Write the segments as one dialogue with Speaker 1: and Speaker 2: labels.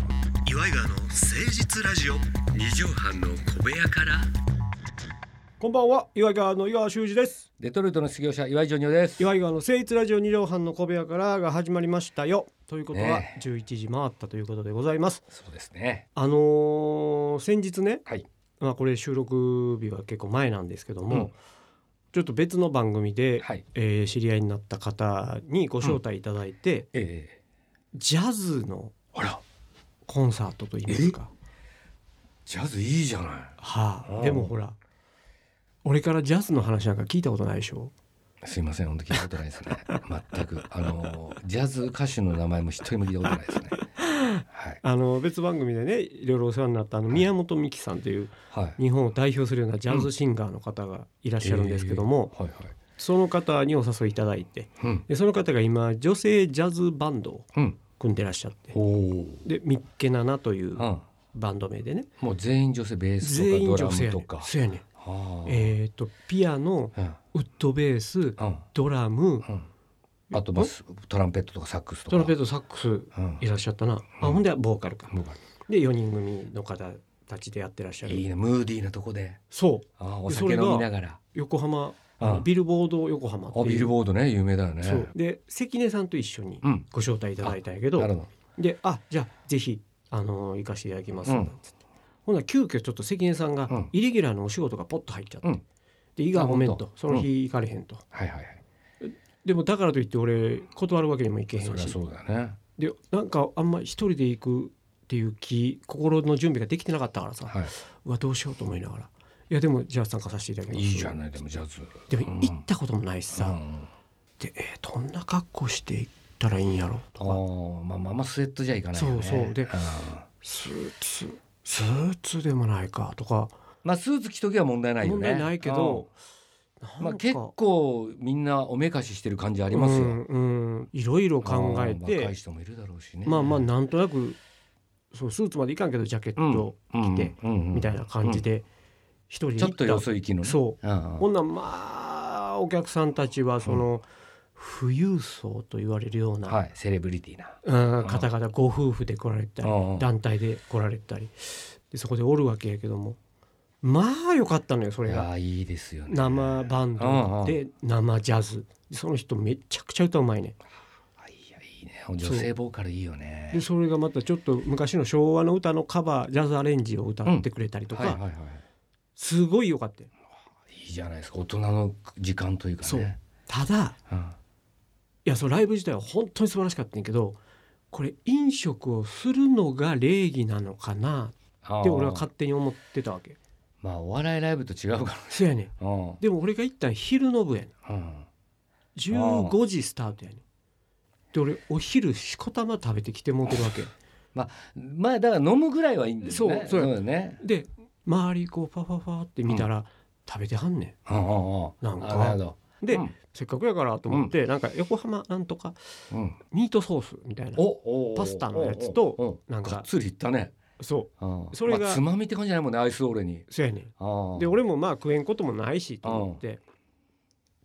Speaker 1: イガーの誠実ラジオ
Speaker 2: 二畳半の小部屋から
Speaker 3: こんばんは、岩井川の岩修二です。
Speaker 2: デトロイトの失業者岩井ジョニオです
Speaker 3: 岩井川の誠一ラジオ二畳半の小部屋からが始まりましたよ。ということは
Speaker 2: ね
Speaker 3: 11時回ったということでございます。
Speaker 2: そうですね
Speaker 3: あのー先日ね、
Speaker 2: はい
Speaker 3: まあこれ収録日は結構前なんですけども、
Speaker 2: うん
Speaker 3: ちょっと別の番組で、
Speaker 2: はい
Speaker 3: えー知り合いになった方にご招待いただいて、
Speaker 2: え
Speaker 3: ジャズの
Speaker 2: えあら
Speaker 3: コンサートといいますか。
Speaker 2: ジャズいいじゃな
Speaker 3: は
Speaker 2: う
Speaker 3: あ、
Speaker 2: ん
Speaker 3: でもほら、俺からジャズの話なんか聞いたことないでしょ。
Speaker 2: いすいません本当聞いたことないですね全くあのジャズ歌手の名前も一人も聞いたことないですねはい
Speaker 3: あの別番組でね、いろいろお世話になったあの宮本美樹さんという。
Speaker 2: はい
Speaker 3: 日本を代表するようなジャズシンガーの方がいらっしゃるんですけども、
Speaker 2: ええはいはい
Speaker 3: その方にお誘いいただいて
Speaker 2: うん
Speaker 3: でその方が今女性ジャズバンドを
Speaker 2: うん
Speaker 3: 組んでらっしゃって
Speaker 2: おお
Speaker 3: でミッケナナという
Speaker 2: うん
Speaker 3: バンド名でね
Speaker 2: もう全員女性ベース
Speaker 3: 全員
Speaker 2: とかド
Speaker 3: 女
Speaker 2: ラム
Speaker 3: 性やね
Speaker 2: と
Speaker 3: ん
Speaker 2: か
Speaker 3: そうやねん
Speaker 2: はあ
Speaker 3: えっ、とピアノ
Speaker 2: うん
Speaker 3: ウッドベース
Speaker 2: うん
Speaker 3: ドラム
Speaker 2: うんあとまあストランペットとかサックスとか
Speaker 3: トランペットサックス
Speaker 2: うん
Speaker 3: いらっしゃったな、あほんでボーカルか
Speaker 2: もう
Speaker 3: で4人組の方たちでやってらっしゃる
Speaker 2: いいねムーディーなとこで
Speaker 3: そう
Speaker 2: ああお
Speaker 3: そ
Speaker 2: 酒
Speaker 3: れが
Speaker 2: 飲みながら
Speaker 3: 横浜
Speaker 2: うん
Speaker 3: ビルボード横浜ってい
Speaker 2: あ
Speaker 3: う
Speaker 2: ビルボードね有名だよね
Speaker 3: そうで関根さんと一緒に
Speaker 2: うん
Speaker 3: ご招待いただいたんやけど
Speaker 2: なるほ
Speaker 3: で「あじゃあぜひ、あのー行かせていただきます」
Speaker 2: うん
Speaker 3: なんつってほんなら急遽ちょっと関根さんが
Speaker 2: うん
Speaker 3: イレギュラーのお仕事がポッと入っちゃって
Speaker 2: う
Speaker 3: 「
Speaker 2: ん
Speaker 3: で伊賀ごめん」
Speaker 2: あ本
Speaker 3: と「
Speaker 2: 当
Speaker 3: その日行かれへんと」
Speaker 2: はいはいはい
Speaker 3: でもだからといって俺断るわけにもいけへ
Speaker 2: そ
Speaker 3: ん
Speaker 2: りゃ
Speaker 3: し
Speaker 2: そうだね
Speaker 3: でなんかあんま一人で行くっていう気心の準備ができてなかったからさ、
Speaker 2: は
Speaker 3: うわどうしようと思いながら「いやでもじゃあ参加させていただき
Speaker 2: い
Speaker 3: ま
Speaker 2: い
Speaker 3: す」
Speaker 2: いじゃないでもジャズ
Speaker 3: で
Speaker 2: うん
Speaker 3: も行ったこともないしさ、
Speaker 2: うん
Speaker 3: で、えーどんな格好して行ったらいいんやろ
Speaker 2: あ
Speaker 3: とか
Speaker 2: ーまあまあまあスウェットじゃいかないよね
Speaker 3: そうそうで
Speaker 2: ん
Speaker 3: スーツスーツでもないかとか
Speaker 2: まあスーツ着とけば問題ないよね
Speaker 3: 問題ないけど、
Speaker 2: うん
Speaker 3: な
Speaker 2: まあ
Speaker 3: んか
Speaker 2: 結構みんなおめかししてる感じあります
Speaker 3: う
Speaker 2: よ
Speaker 3: んうんいろいろ考え
Speaker 2: うん若い
Speaker 3: て
Speaker 2: 人もいるだろうしね
Speaker 3: まあまあなんとなくそうスーツまでいかんけどジャケット着てみ
Speaker 2: み
Speaker 3: たいな感じで一人で
Speaker 2: ちょっ
Speaker 3: 行
Speaker 2: たとよそ行きのね
Speaker 3: そううんほんならまあお客さんたちはその富裕層と言われるような、
Speaker 2: はいセレブリティな
Speaker 3: うん方々ご夫婦で来られたり
Speaker 2: うんうん
Speaker 3: 団体で来られたりでそこでおるわけやけどもまあ良かったのよそ
Speaker 2: い
Speaker 3: れが
Speaker 2: や。ーいいですよね
Speaker 3: 生バン
Speaker 2: うんう
Speaker 3: ド
Speaker 2: ん
Speaker 3: で生ジャズでその人めちゃくちゃ歌うまいね
Speaker 2: あいやいいね女性ボーカルいいよね
Speaker 3: でそれがまたちょっと昔の昭和の歌のカバージャズアレンジを歌ってくれたりと
Speaker 2: はいはい
Speaker 3: か
Speaker 2: はい
Speaker 3: すごい良かったよ
Speaker 2: いいじゃないですか大人の時間というかね
Speaker 3: そうただ
Speaker 2: うん
Speaker 3: いやそのライブ自体は本当に素晴らしかったんやけどこれ飲食をするのが礼儀なのかな
Speaker 2: あ
Speaker 3: って
Speaker 2: ー
Speaker 3: 俺は勝手に思ってたわけ
Speaker 2: まあお笑いライブと違うか
Speaker 3: そやねん
Speaker 2: らうん
Speaker 3: でも俺が行ったん昼の部やねん
Speaker 2: うん
Speaker 3: 15時スタートやねんで俺お昼しこたま食べてきてもうてる わけ
Speaker 2: まあだから飲むぐらいはいいんですね
Speaker 3: そうそう
Speaker 2: だよね
Speaker 3: で周りこうパファファって見たら、食べてはんね
Speaker 2: うんうんうん
Speaker 3: なんか
Speaker 2: あなるほど
Speaker 3: んで、
Speaker 2: うん
Speaker 3: せっかくやからと思って、なんか横浜なんとか
Speaker 2: うん
Speaker 3: ミートソースみたいな
Speaker 2: おお
Speaker 3: パスタのやつとなんか
Speaker 2: がっつりいったね
Speaker 3: そ
Speaker 2: うん
Speaker 3: それが
Speaker 2: まあつまみって感じじゃないもんねアイスオーレに
Speaker 3: うそうやね
Speaker 2: あ
Speaker 3: ん
Speaker 2: ー
Speaker 3: で俺もまあ食えんこともないしと思って、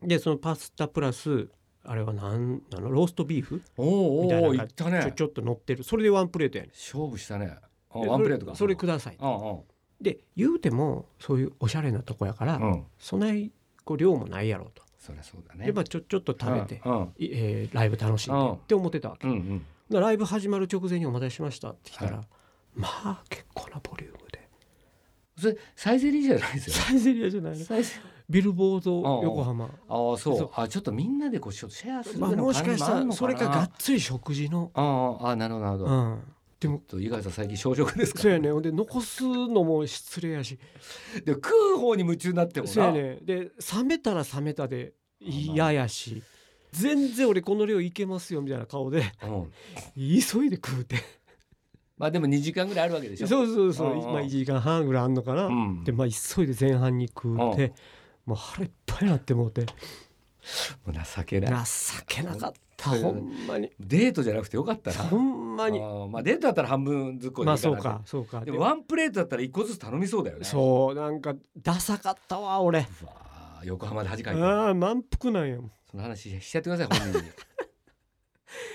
Speaker 3: でそのパスタプラスあれはなんなのローストビーフ
Speaker 2: おお
Speaker 3: みたいな
Speaker 2: お
Speaker 3: の
Speaker 2: い
Speaker 3: が
Speaker 2: った
Speaker 3: ちょ
Speaker 2: ね
Speaker 3: ちょっと乗ってるそれでワンプレートやねん
Speaker 2: 勝負したねうん
Speaker 3: で
Speaker 2: ワンプレートか
Speaker 3: それそれください
Speaker 2: うんうん
Speaker 3: で言うてもそういうおしゃれなとこやから、
Speaker 2: うん
Speaker 3: そないこう量もないやろうと
Speaker 2: そりゃそうだね
Speaker 3: でまあちょちょっと食べて、
Speaker 2: うんうん
Speaker 3: いえーライブ楽しんで
Speaker 2: うん
Speaker 3: って思ってたわけ
Speaker 2: うんうん
Speaker 3: だからライブ始まる直前に「お待たせしました」って来たら、
Speaker 2: は
Speaker 3: まあ結構なボリュームで
Speaker 2: それサイゼリーじゃないですよね
Speaker 3: サイゼリアじゃないの
Speaker 2: サイゼ
Speaker 3: ビルボード
Speaker 2: うんうん
Speaker 3: 横浜
Speaker 2: ああそう
Speaker 3: そう
Speaker 2: あちょっとみんなでこうちょっとシェアする
Speaker 3: まあ
Speaker 2: ような
Speaker 3: もし
Speaker 2: 感じ
Speaker 3: かし
Speaker 2: もあ
Speaker 3: た
Speaker 2: る
Speaker 3: ら
Speaker 2: の
Speaker 3: そ
Speaker 2: か
Speaker 3: れ
Speaker 2: な
Speaker 3: かがっつり食事の
Speaker 2: ああああなるほどなるほ
Speaker 3: う
Speaker 2: ど
Speaker 3: んでも
Speaker 2: と井川さん最近小食ですか
Speaker 3: そうやねんほんで残すのも失礼やし
Speaker 2: で食う方に夢中になってもな
Speaker 3: そうやねんで冷めたら冷めたで嫌やし全然俺この量いけますよみたいな顔 で
Speaker 2: うん
Speaker 3: 急いで食うて
Speaker 2: まあでも2時間ぐらいあるわけでし
Speaker 3: そ
Speaker 2: ょ
Speaker 3: うそうそう
Speaker 2: うんうん
Speaker 3: まあ1時間半ぐらいあんのかな、
Speaker 2: うん
Speaker 3: でまあ急いで前半に食うて、
Speaker 2: う
Speaker 3: もう腹いっぱいになってもうて
Speaker 2: もう情けない
Speaker 3: 情けなかった
Speaker 2: うん
Speaker 3: ほんまに
Speaker 2: デートじゃなくてよかったな
Speaker 3: ほんまに
Speaker 2: ああまあデートだったら半分ずっこで
Speaker 3: ま
Speaker 2: い
Speaker 3: あ
Speaker 2: いか
Speaker 3: そ
Speaker 2: な
Speaker 3: うかそうか
Speaker 2: でもワンプレートだったら1個ずつ頼みそうだよね
Speaker 3: そうなんかダサかったわ俺
Speaker 2: うわあ横浜で恥かいて
Speaker 3: ああ満腹なんや
Speaker 2: その話しちゃってください本 人に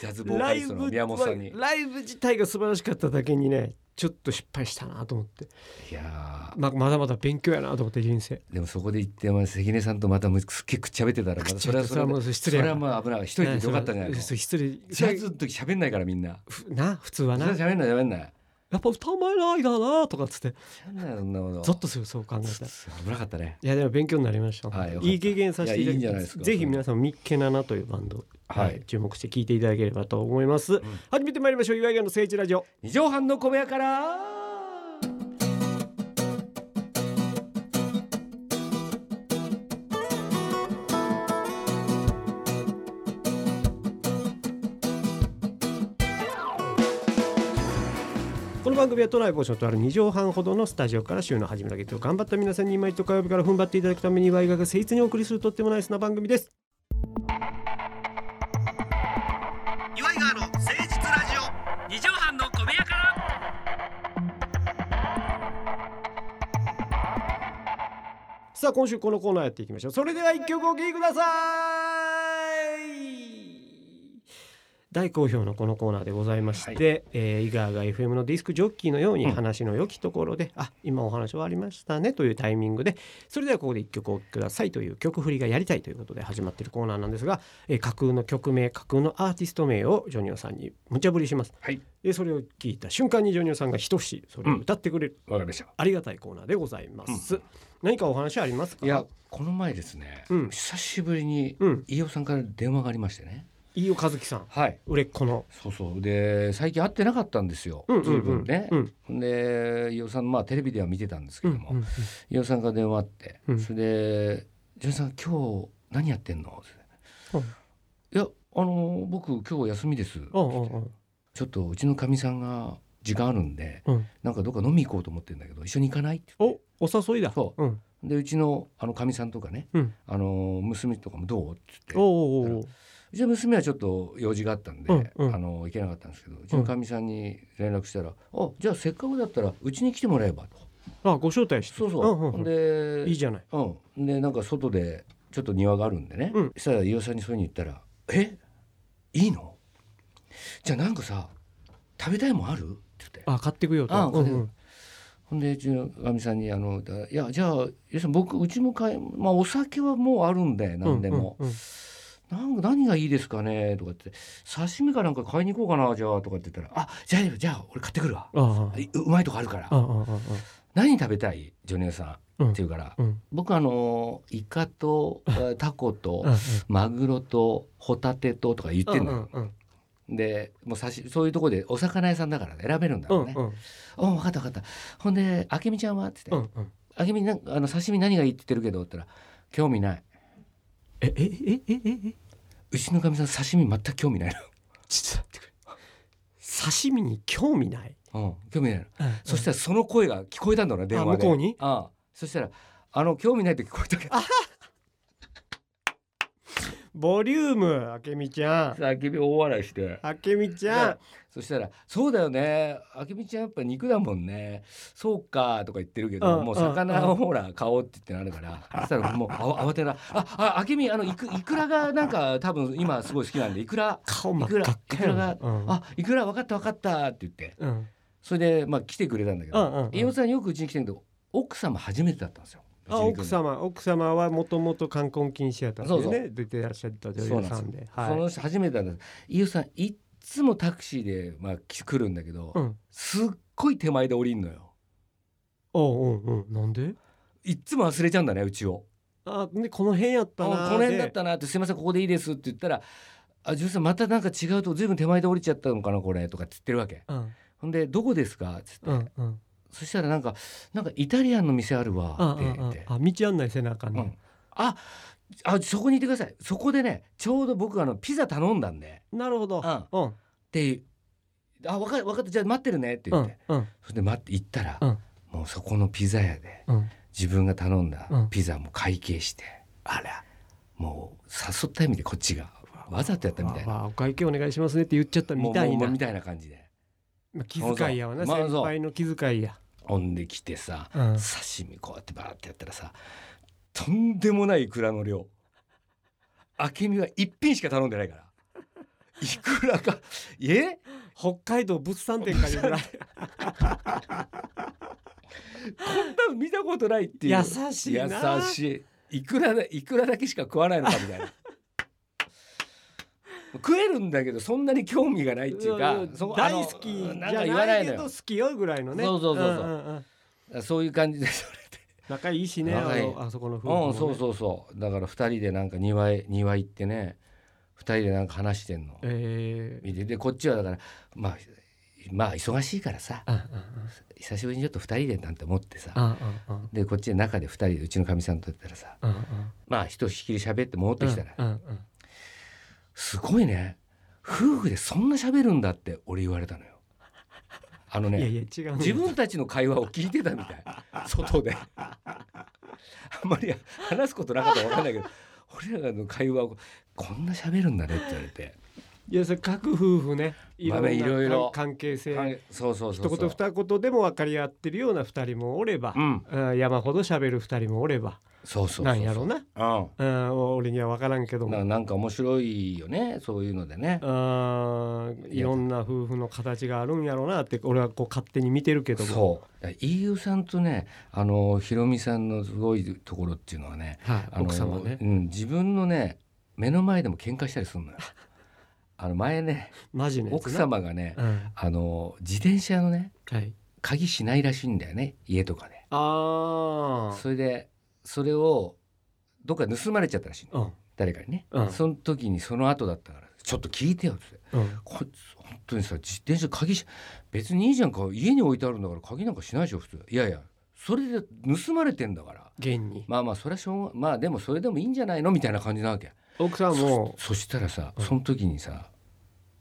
Speaker 2: ジャズボーカ
Speaker 3: ラ
Speaker 2: リ
Speaker 3: イ
Speaker 2: ストの
Speaker 3: ブ
Speaker 2: 宮本さんに
Speaker 3: ライブ自体が素晴らしかっただけにねちょっと失敗したなと思って
Speaker 2: いやー
Speaker 3: ままだまだ勉強やなと思って人生
Speaker 2: でもそこで行ってまあ関根さんとまたむすっげえくっちゃべってたらまたそれはそれ
Speaker 3: も
Speaker 2: で
Speaker 3: う失
Speaker 2: そ
Speaker 3: 礼
Speaker 2: れ
Speaker 3: や
Speaker 2: はまあ危ない一人でよかったんじゃないの
Speaker 3: そ
Speaker 2: ジ
Speaker 3: う失礼
Speaker 2: ャズの時喋んないからみんな
Speaker 3: ふな普通はな
Speaker 2: それ喋んない喋んない
Speaker 3: やっぱ歌うまいなあいだなとかっつって
Speaker 2: 喋んないよそんなこと
Speaker 3: ゾッとするそう考えたら
Speaker 2: 危なかったね
Speaker 3: いやでも勉強になりました。
Speaker 2: はいよかった
Speaker 3: いい経験させてい
Speaker 2: いや
Speaker 3: ただき
Speaker 2: いいんじゃない
Speaker 3: ま
Speaker 2: です
Speaker 3: す。
Speaker 2: か
Speaker 3: ぜひ皆さんもミッケナナというバンド、
Speaker 2: はい
Speaker 3: はい注目して聞いていただければと思います。初めて参りましょう。岩井川の聖地ラジオ。
Speaker 2: 二畳半の小部屋から
Speaker 3: この番組は都内某所とある2畳半ほどのスタジオから週の初めだけと頑張った皆さんに毎日火曜日から踏ん張っていただくために岩井川が誠実にお送りするとってもナイスな番組です。
Speaker 1: 岩井川の誠実ラジオ二畳半の小部屋から
Speaker 3: さあ今週このコーナーやっていきましょうそれでは一曲お聴きください大好評のこのコーナーでございまして、えー井川が FM のディスクジョッキーのように
Speaker 2: うん
Speaker 3: 話の良きところで、あ今お話終わりましたねというタイミングでそれではここで一曲お聴きくださいという曲振りがやりたいということで始まっているコーナーなんですが、えー架空の曲名架空のアーティスト名をジョニオさんに無茶ぶりします
Speaker 2: はい
Speaker 3: でそれを聞いた瞬間にジョニオさんが一節それを歌ってくれる、
Speaker 2: わかりました
Speaker 3: ありがたいコーナーでございます、何かお話ありますか
Speaker 2: いやこの前ですね、
Speaker 3: うん
Speaker 2: 久しぶりに
Speaker 3: うん、
Speaker 2: 飯尾さんから電話がありましてね
Speaker 3: 飯尾和樹さん
Speaker 2: はい
Speaker 3: 売れっ子の、
Speaker 2: そうそうで最近会ってなかったんですよ、
Speaker 3: うんうん
Speaker 2: 随分ね
Speaker 3: う、ん
Speaker 2: で飯尾さんまあテレビでは見てたんですけ
Speaker 3: うん
Speaker 2: ど
Speaker 3: うん
Speaker 2: も、飯尾さんが電話あって、
Speaker 3: うん
Speaker 2: それで「ジョンさん今日何やってんの?」って
Speaker 3: うん
Speaker 2: いやあの僕今日休みです」って
Speaker 3: うんう
Speaker 2: 言っ
Speaker 3: んう
Speaker 2: て
Speaker 3: ん
Speaker 2: ちょっとうちのかみさんが時間あるんで、
Speaker 3: うん
Speaker 2: なんかどっか飲み行こうと思ってるんだけど一緒に行かない?」って言って
Speaker 3: おお誘いだ
Speaker 2: そ
Speaker 3: うん
Speaker 2: でうちのあのかみさんとかね、
Speaker 3: うん
Speaker 2: あの娘とかもどうって言って
Speaker 3: おうおうおう
Speaker 2: うちの娘はちょっと用事があったんで、
Speaker 3: うんうん
Speaker 2: あの行けなかったんですけどうちのかみさんに連絡したら「あじゃあせっかくだったらうちに来てもらえば」と。
Speaker 3: あご招待して
Speaker 2: そうそう、
Speaker 3: んうんうん
Speaker 2: で
Speaker 3: いいじゃない
Speaker 2: うん、でなんか外でちょっと庭があるんでね、
Speaker 3: うん
Speaker 2: したら飯尾さんにそういうふうに言ったら「えいいのじゃあなんかさ食べたいもんある?」って言って
Speaker 3: あ買ってくよと
Speaker 2: あ
Speaker 3: うんうん
Speaker 2: ほんでうちのかみさんに「あのだいやじゃあ要するに僕うちも買い、まあ、お酒はもうあるんで何でも、
Speaker 3: うんうんうん
Speaker 2: なんか何がいいですかね?」とかって「刺身かなんか買いに行こうかなじゃあ」とかって言ったら「あじゃあいいよじゃあ俺買ってくるわ
Speaker 3: あ
Speaker 2: ううまいとこあるから
Speaker 3: あああああ
Speaker 2: 何食べたいジョニオさん」
Speaker 3: うん
Speaker 2: って言うから
Speaker 3: あうん
Speaker 2: 僕あのイカとあタコと
Speaker 3: うん
Speaker 2: マグロとホタテととか言ってんの
Speaker 3: う
Speaker 2: よ
Speaker 3: ん、うん
Speaker 2: でもうさしそういうとこでお魚屋さんだから選べるんだ
Speaker 3: う
Speaker 2: ろうんね
Speaker 3: う、ん
Speaker 2: お分かった分かったほんで「あけみちゃんは?」って
Speaker 3: う
Speaker 2: 言って
Speaker 3: んうん
Speaker 2: 「あけみなんかあの刺身何がいいって言ってるけど」って言ったら「興味ない
Speaker 3: ええええええ
Speaker 2: うちのかみさん刺身全く興味ない
Speaker 3: ちょっと待ってくれ刺身に興味ない
Speaker 2: の、うん、興味ないの、そした
Speaker 3: ら
Speaker 2: らその声が聞こえたんだろうね電話で
Speaker 3: あ向こうに
Speaker 2: ああそしたら「あの興味ない」って聞こえたけど
Speaker 3: ボリュームあけみちゃん
Speaker 2: さあけみ大笑いして
Speaker 3: あけみちゃん
Speaker 2: そしたら「そうだよねあけみちゃんやっぱ肉だもんねそうか」とか言ってるけど、
Speaker 3: うん
Speaker 2: もう
Speaker 3: うん
Speaker 2: 魚
Speaker 3: う
Speaker 2: をほら買おうって言ってなるからそした らもうあわ慌てな「あああけみあのいくいくらがなんか多分今すごい好きなんでいくら
Speaker 3: 顔真っ赤っかやない
Speaker 2: く
Speaker 3: うん
Speaker 2: あいくら分かった分かった」って言って
Speaker 3: うん
Speaker 2: それでまあ来てくれたんだけ
Speaker 3: うんうんう
Speaker 2: ど
Speaker 3: ん
Speaker 2: 飯尾さんよくうちに来てるけど奥様初めてだったんですよ。
Speaker 3: あ
Speaker 2: うちに来るの
Speaker 3: 奥様奥様はもともと冠婚金シアターでね
Speaker 2: そうそう
Speaker 3: 出てらっしゃった女優さんでは
Speaker 2: その
Speaker 3: い
Speaker 2: 人初めてだった飯尾さんいっつもタクシーでまあ来来るんだけど、
Speaker 3: うん
Speaker 2: すっごい手前で降りんのよ。
Speaker 3: おううんうんなんで
Speaker 2: いっつも忘れちゃうんだねうちを。
Speaker 3: あねこの辺やった
Speaker 2: あ
Speaker 3: な
Speaker 2: この辺だったなって「すいませんここでいいです」って言ったら「あジュンさんまたなんか違うと随分手前で降りちゃったのかなこれ」とかって言ってるわけ
Speaker 3: たうん
Speaker 2: ほんで「どこですか?」っつって、
Speaker 3: うんうん
Speaker 2: そしたらなんか「なんかイタリアンの店ある
Speaker 3: あ
Speaker 2: わ」って言
Speaker 3: あ
Speaker 2: って「
Speaker 3: ああ道案内せなあかん
Speaker 2: う
Speaker 3: ね
Speaker 2: んああそこにいてくださいそこでねちょうど僕あのピザ頼んだんで」
Speaker 3: なるほど
Speaker 2: うん
Speaker 3: うん
Speaker 2: って「あ分か分かったじゃあ待ってるね」って
Speaker 3: う
Speaker 2: 言って、
Speaker 3: んうん
Speaker 2: それで待って行ったら、
Speaker 3: うん
Speaker 2: もうそこのピザ屋で
Speaker 3: うん
Speaker 2: 自分が頼んだ
Speaker 3: うん
Speaker 2: ピザも会計して、
Speaker 3: あら
Speaker 2: もう誘った意味でこっちがわざとやったみたいな。
Speaker 3: わわお会計お願いしますねって言っちゃったみた
Speaker 2: も
Speaker 3: いう
Speaker 2: もう
Speaker 3: な
Speaker 2: みたいな感じで
Speaker 3: まあ気遣いやわな
Speaker 2: まあそう
Speaker 3: 先輩の気遣いや
Speaker 2: ほんできてさ、
Speaker 3: うん
Speaker 2: 刺身こうやってバーってやったらさとんでもないイクラの量明美は一品しか頼んでないからいくらかえ
Speaker 3: 北海道物産展かいう ぐらい
Speaker 2: 多分見たことないっていう
Speaker 3: 優しいな
Speaker 2: 優しいいくらだいくらだけしか食わないのかみたいな食えるんだけどそんなに興味がないっていうかそこあ
Speaker 3: 大
Speaker 2: の
Speaker 3: 好きじ
Speaker 2: なん
Speaker 3: ゃ
Speaker 2: か言わな
Speaker 3: ない
Speaker 2: い
Speaker 3: け
Speaker 2: の
Speaker 3: ど
Speaker 2: よ
Speaker 3: 好きよぐらいのね
Speaker 2: そうそうそうそうん
Speaker 3: んん
Speaker 2: そういう感じでそれで
Speaker 3: 仲いいしねあ
Speaker 2: 仲いい
Speaker 3: のあそこの夫婦もね
Speaker 2: うん、そうそうそうだから二人でなんか庭へ庭行ってね二人でなんか話してんの
Speaker 3: ええ
Speaker 2: 見てでこっちはだからまあまあ忙しいからさ
Speaker 3: ああ
Speaker 2: 久しぶりにちょっと二人でなんて思ってさ
Speaker 3: あああ
Speaker 2: でこっちで中で二人でうちのかみさんとやったらさ
Speaker 3: ああ
Speaker 2: まあひとしきり喋って戻ってきたら、
Speaker 3: うんうん
Speaker 2: すごいね夫婦でそんな喋るんだって俺言われたのよあの
Speaker 3: うんいや
Speaker 2: ね
Speaker 3: いや違うね
Speaker 2: 自分たちの会話を聞いてたみ たい外であんまり話すことなかったら分かんない けど俺らの会話をこんな喋るんだねって言われて
Speaker 3: いやそれ各夫婦ねいろんな
Speaker 2: まあねいろいろ
Speaker 3: 関係性
Speaker 2: はいそうそうそう
Speaker 3: 一
Speaker 2: そう
Speaker 3: 言二言でも分かり合ってるような二人もおれば
Speaker 2: う、ん
Speaker 3: うん山ほど喋る二人もおれば
Speaker 2: そうそうそうそう
Speaker 3: なんやろうな、
Speaker 2: うん
Speaker 3: うん、俺には分からんけど
Speaker 2: な
Speaker 3: も
Speaker 2: なんか面白いよねそういうのでね
Speaker 3: あーいろんな夫婦の形があるんやろうなって俺はこう勝手に見てるけども
Speaker 2: そうだから飯尾さんとねあのひろみさんのすごいところっていうのはね
Speaker 3: はい
Speaker 2: あの
Speaker 3: 奥様ね
Speaker 2: うん、自分のね目の前でも喧嘩したりするのよあの前ね
Speaker 3: マジの やつ
Speaker 2: 奥
Speaker 3: な、
Speaker 2: 様がね
Speaker 3: うん
Speaker 2: あの自転車のね
Speaker 3: はい、
Speaker 2: 鍵しないらしいんだよね家とかで
Speaker 3: あ
Speaker 2: それでそれをどっか盗まれちゃったらしいの
Speaker 3: あ、うん
Speaker 2: 誰かにね、
Speaker 3: うん
Speaker 2: その時にその後だったから「ちょっと聞いてよ」っつって
Speaker 3: うん
Speaker 2: 「こいつ本当にさ自転車鍵し別にいいじゃんか家に置いてあるんだから鍵なんかしないでしょ普通いやいやそれで盗まれてんだから
Speaker 3: 現に
Speaker 2: まあまあそれはしょうがまあでもそれでもいいんじゃないのみたいな感じなわけ
Speaker 3: 奥さんも
Speaker 2: そしたらさ
Speaker 3: うん
Speaker 2: その時にさ、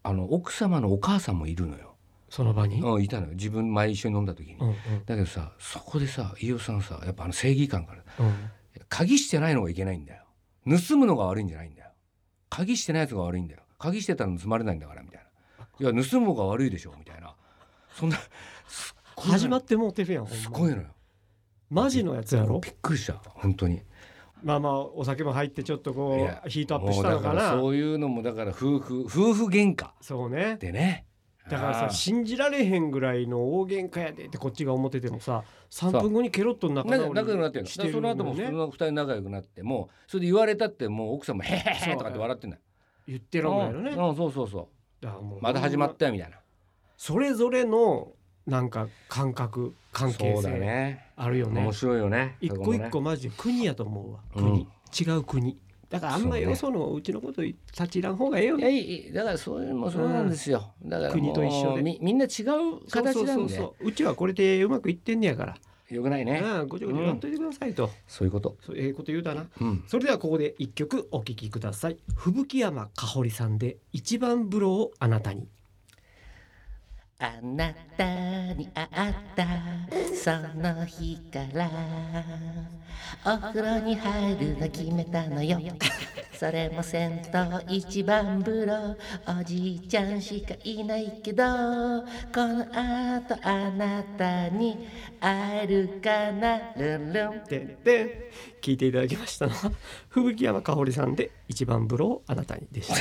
Speaker 2: あの奥様のお母さんもいるのよ、
Speaker 3: その場に、
Speaker 2: うん、いたのよ自分前一緒に飲んだ時に、
Speaker 3: うんうん
Speaker 2: だけどさそこでさ飯尾さんさやっぱあの正義感から
Speaker 3: うん
Speaker 2: 鍵してないのがいけないんだよ盗むのが悪いんじゃないんだよ鍵してないやつが悪いんだよ鍵してたら盗まれないんだからみたいないや盗む方が悪いでしょみたいなそんなすっごい
Speaker 3: 始まってもうてるやんほんます
Speaker 2: ごいのよ
Speaker 3: マジのやつやろ
Speaker 2: びっくりした本当に
Speaker 3: まあまあお酒も入ってちょっと
Speaker 2: い
Speaker 3: こ
Speaker 2: や
Speaker 3: うヒートアップしたのか
Speaker 2: もうだ
Speaker 3: な
Speaker 2: らそういうのもだから夫婦夫婦喧嘩
Speaker 3: そうね
Speaker 2: でね
Speaker 3: だから
Speaker 2: あ
Speaker 3: さ
Speaker 2: ー
Speaker 3: 信じられへんぐらいの大喧嘩やでってこっちが思っててもさ3
Speaker 2: そう
Speaker 3: 分後にケロッと仲
Speaker 2: なん
Speaker 3: 直
Speaker 2: か
Speaker 3: り
Speaker 2: 仲良くなってるの
Speaker 3: し
Speaker 2: だからその後も普
Speaker 3: ね
Speaker 2: 通の二人仲良くなってもうそれで言われたってもう奥さんも「へへへ」とかって笑ってんだよ
Speaker 3: 言ってるぐらいのね
Speaker 2: うんうんそうそうそ
Speaker 3: だからも
Speaker 2: う
Speaker 3: う
Speaker 2: また始まったよみたいな
Speaker 3: それぞれのなんか感覚関係
Speaker 2: そうだ
Speaker 3: 性
Speaker 2: ね
Speaker 3: あるよね
Speaker 2: 面白いよね
Speaker 3: 一個一個マジで国やと思うわ
Speaker 2: うん
Speaker 3: 国、違う国だからあんまよそのうちのこと立ち入らん方がええよ
Speaker 2: い
Speaker 3: ね
Speaker 2: やいいだからそういうのもそうなんですよ、だからもう
Speaker 3: 国と一緒で
Speaker 2: みみんな違う形
Speaker 3: そう
Speaker 2: な
Speaker 3: そ
Speaker 2: ん
Speaker 3: う
Speaker 2: で
Speaker 3: そうそううちはこれでうまくいってんねやから
Speaker 2: よくないね
Speaker 3: うんごちゃごちゃ言わんといてくださいと、
Speaker 2: そういうこと、
Speaker 3: そうええこと言うだな
Speaker 2: うん、
Speaker 3: それではここで一曲お聴きください吹雪山かほりさんで一番風呂をあなたに
Speaker 4: あなたに会ったその日からお風呂に入るの決めたのよ それも銭湯一番風呂おじいちゃんしかいないけどこのあとあなたに会えるかなルンルン
Speaker 3: でで聞いていただきましたのは 吹雪山かほりさんで一番風呂をあなたにでした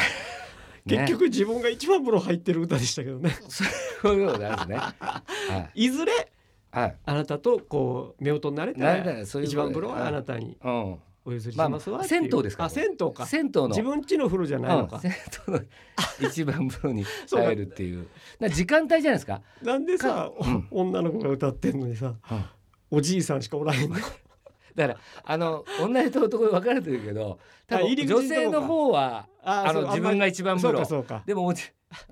Speaker 3: 結局自分が一番風呂入ってる歌でしたけ どね
Speaker 2: そういうことなんですねはい
Speaker 3: ずれ
Speaker 2: い、はい
Speaker 3: あなたとこう夫婦になれた
Speaker 2: なれた
Speaker 3: ら
Speaker 2: らそういうことで
Speaker 3: 一番風呂はあなたに
Speaker 2: うん、
Speaker 3: お譲りしますわって
Speaker 2: ま
Speaker 3: いう、
Speaker 2: あ銭湯ですから
Speaker 3: あ銭湯か
Speaker 2: 銭湯の
Speaker 3: 自分家の風呂じゃないのか
Speaker 2: うん、銭湯の一番風呂に
Speaker 3: そうだ
Speaker 2: 入るっていうな時間帯じゃないですか、
Speaker 3: なんでさ、お
Speaker 2: うん
Speaker 3: 女の子が歌ってんのにさ
Speaker 2: うん
Speaker 3: おじいさんしかおらへんの
Speaker 2: だからあの女と男で分かれてるけど多
Speaker 3: あ入り
Speaker 2: 分
Speaker 3: 口の
Speaker 2: 女
Speaker 3: とこ
Speaker 2: 性の方は
Speaker 3: あ
Speaker 2: あの自分が一番風呂
Speaker 3: そうかそうか
Speaker 2: でもおじ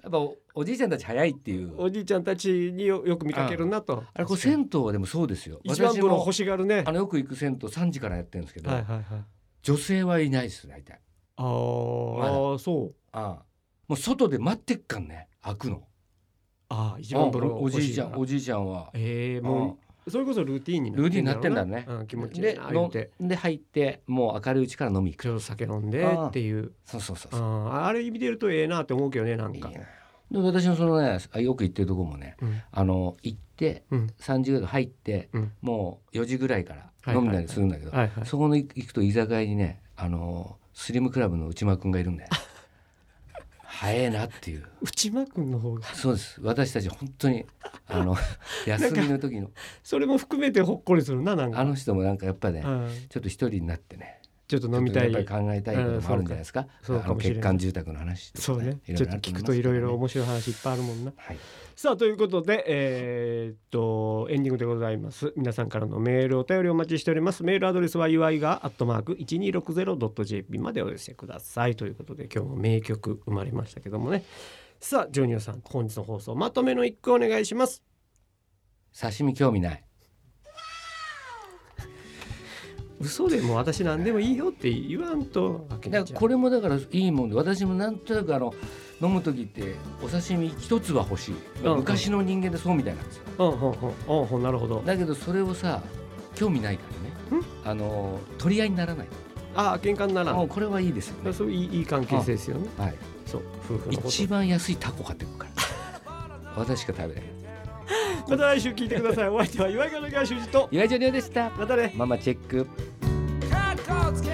Speaker 2: やっぱおおじいちゃんたち早いっていう
Speaker 3: おじいちゃんたちによよく見かけるなと
Speaker 2: あれこれ銭湯はでもそうですよ
Speaker 3: 一番風呂
Speaker 2: 私も
Speaker 3: 欲しがるね
Speaker 2: あのよく行く銭湯3時からやってるんですけど、
Speaker 3: はいはいはい
Speaker 2: 女性はいないです大体
Speaker 3: あー、
Speaker 2: まだ
Speaker 3: あーそう
Speaker 2: ああもう外で待ってっかんね開くの
Speaker 3: あー一番風呂
Speaker 2: うんおおじいちゃんお
Speaker 3: じ
Speaker 2: じいちゃんは
Speaker 3: えー、もうそれこそルーティーンに
Speaker 2: うんルーティンになってんだ
Speaker 3: ろう
Speaker 2: ね、
Speaker 3: うん、気持ちいい
Speaker 2: で
Speaker 3: な言うて
Speaker 2: ので入ってもう明るいうちから飲み行く
Speaker 3: ちょっと酒飲んでっていう
Speaker 2: そうそうそう
Speaker 3: あ
Speaker 2: そう
Speaker 3: ーあれ見てるとええなって思うけどねなん
Speaker 2: いい
Speaker 3: か
Speaker 2: なで私のそのねあよく行ってるとこもね
Speaker 3: うん
Speaker 2: あの行って
Speaker 3: うん
Speaker 2: 3時ぐらい入って、
Speaker 3: うん
Speaker 2: もう4時ぐらいから
Speaker 3: はいはい
Speaker 2: 飲んだりするんだけど、
Speaker 3: はいはい
Speaker 2: そこの行くと居酒屋にねあのスリムクラブの内間くんがいるんだよ。早えなっていう
Speaker 3: 内間君の方が
Speaker 2: そうです私たち本当にあの休みの時の
Speaker 3: それも含めてほっこりするななん
Speaker 2: あ
Speaker 3: か、
Speaker 2: の人もなんかやっぱね
Speaker 3: うん、
Speaker 2: ちょっと一人になってね
Speaker 3: ちょっと飲みたい
Speaker 2: ちょっとやっぱり考えたいこともあるんじゃないですか
Speaker 3: そうか
Speaker 2: あ
Speaker 3: そ
Speaker 2: の
Speaker 3: うかもしれな
Speaker 2: 欠
Speaker 3: い
Speaker 2: 陥住宅の話と
Speaker 3: そ
Speaker 2: か
Speaker 3: うね
Speaker 2: いろ
Speaker 3: ちょ
Speaker 2: い
Speaker 3: っ
Speaker 2: ろあ
Speaker 3: と
Speaker 2: る思
Speaker 3: 聞
Speaker 2: いますけどね
Speaker 3: くといろいろ面白い話いっぱいあるもんな
Speaker 2: はい
Speaker 3: さあということでえーっとエンディングでございます皆さんからのメールお便りお待ちしておりますメールアドレスは祝いがアットマーク 1260.jp までお寄せくださいということで今日も名曲生まれましたけどもねさあジョニオさん本日の放送まとめの一句お願いします
Speaker 2: 刺身興味ない
Speaker 3: 嘘でも私何でもいいよって言わんとあけみち
Speaker 2: だ
Speaker 3: ゃん
Speaker 2: からこれもだからいいもんで私もなんとなくあの飲む時ってお刺身一つは欲しい、
Speaker 3: うんうん
Speaker 2: 昔の人間でそうみたいなんですよ
Speaker 3: うんうんうんうんうんなるほど
Speaker 2: だけどそれをさ興味ないからねあの取り合いにならない
Speaker 3: ああ喧嘩になら
Speaker 2: もうんこれはいいですよね、
Speaker 3: そういいいい関係性ですよね
Speaker 2: はい、
Speaker 3: そう夫婦のこと
Speaker 2: 一番安いタコ買ってくるから私しか食べない
Speaker 3: また来週聞いてくださいお相手は岩井川の岩井修司と
Speaker 2: 岩井ジョニオでした
Speaker 3: またね
Speaker 2: ママチェック
Speaker 1: かっこつけ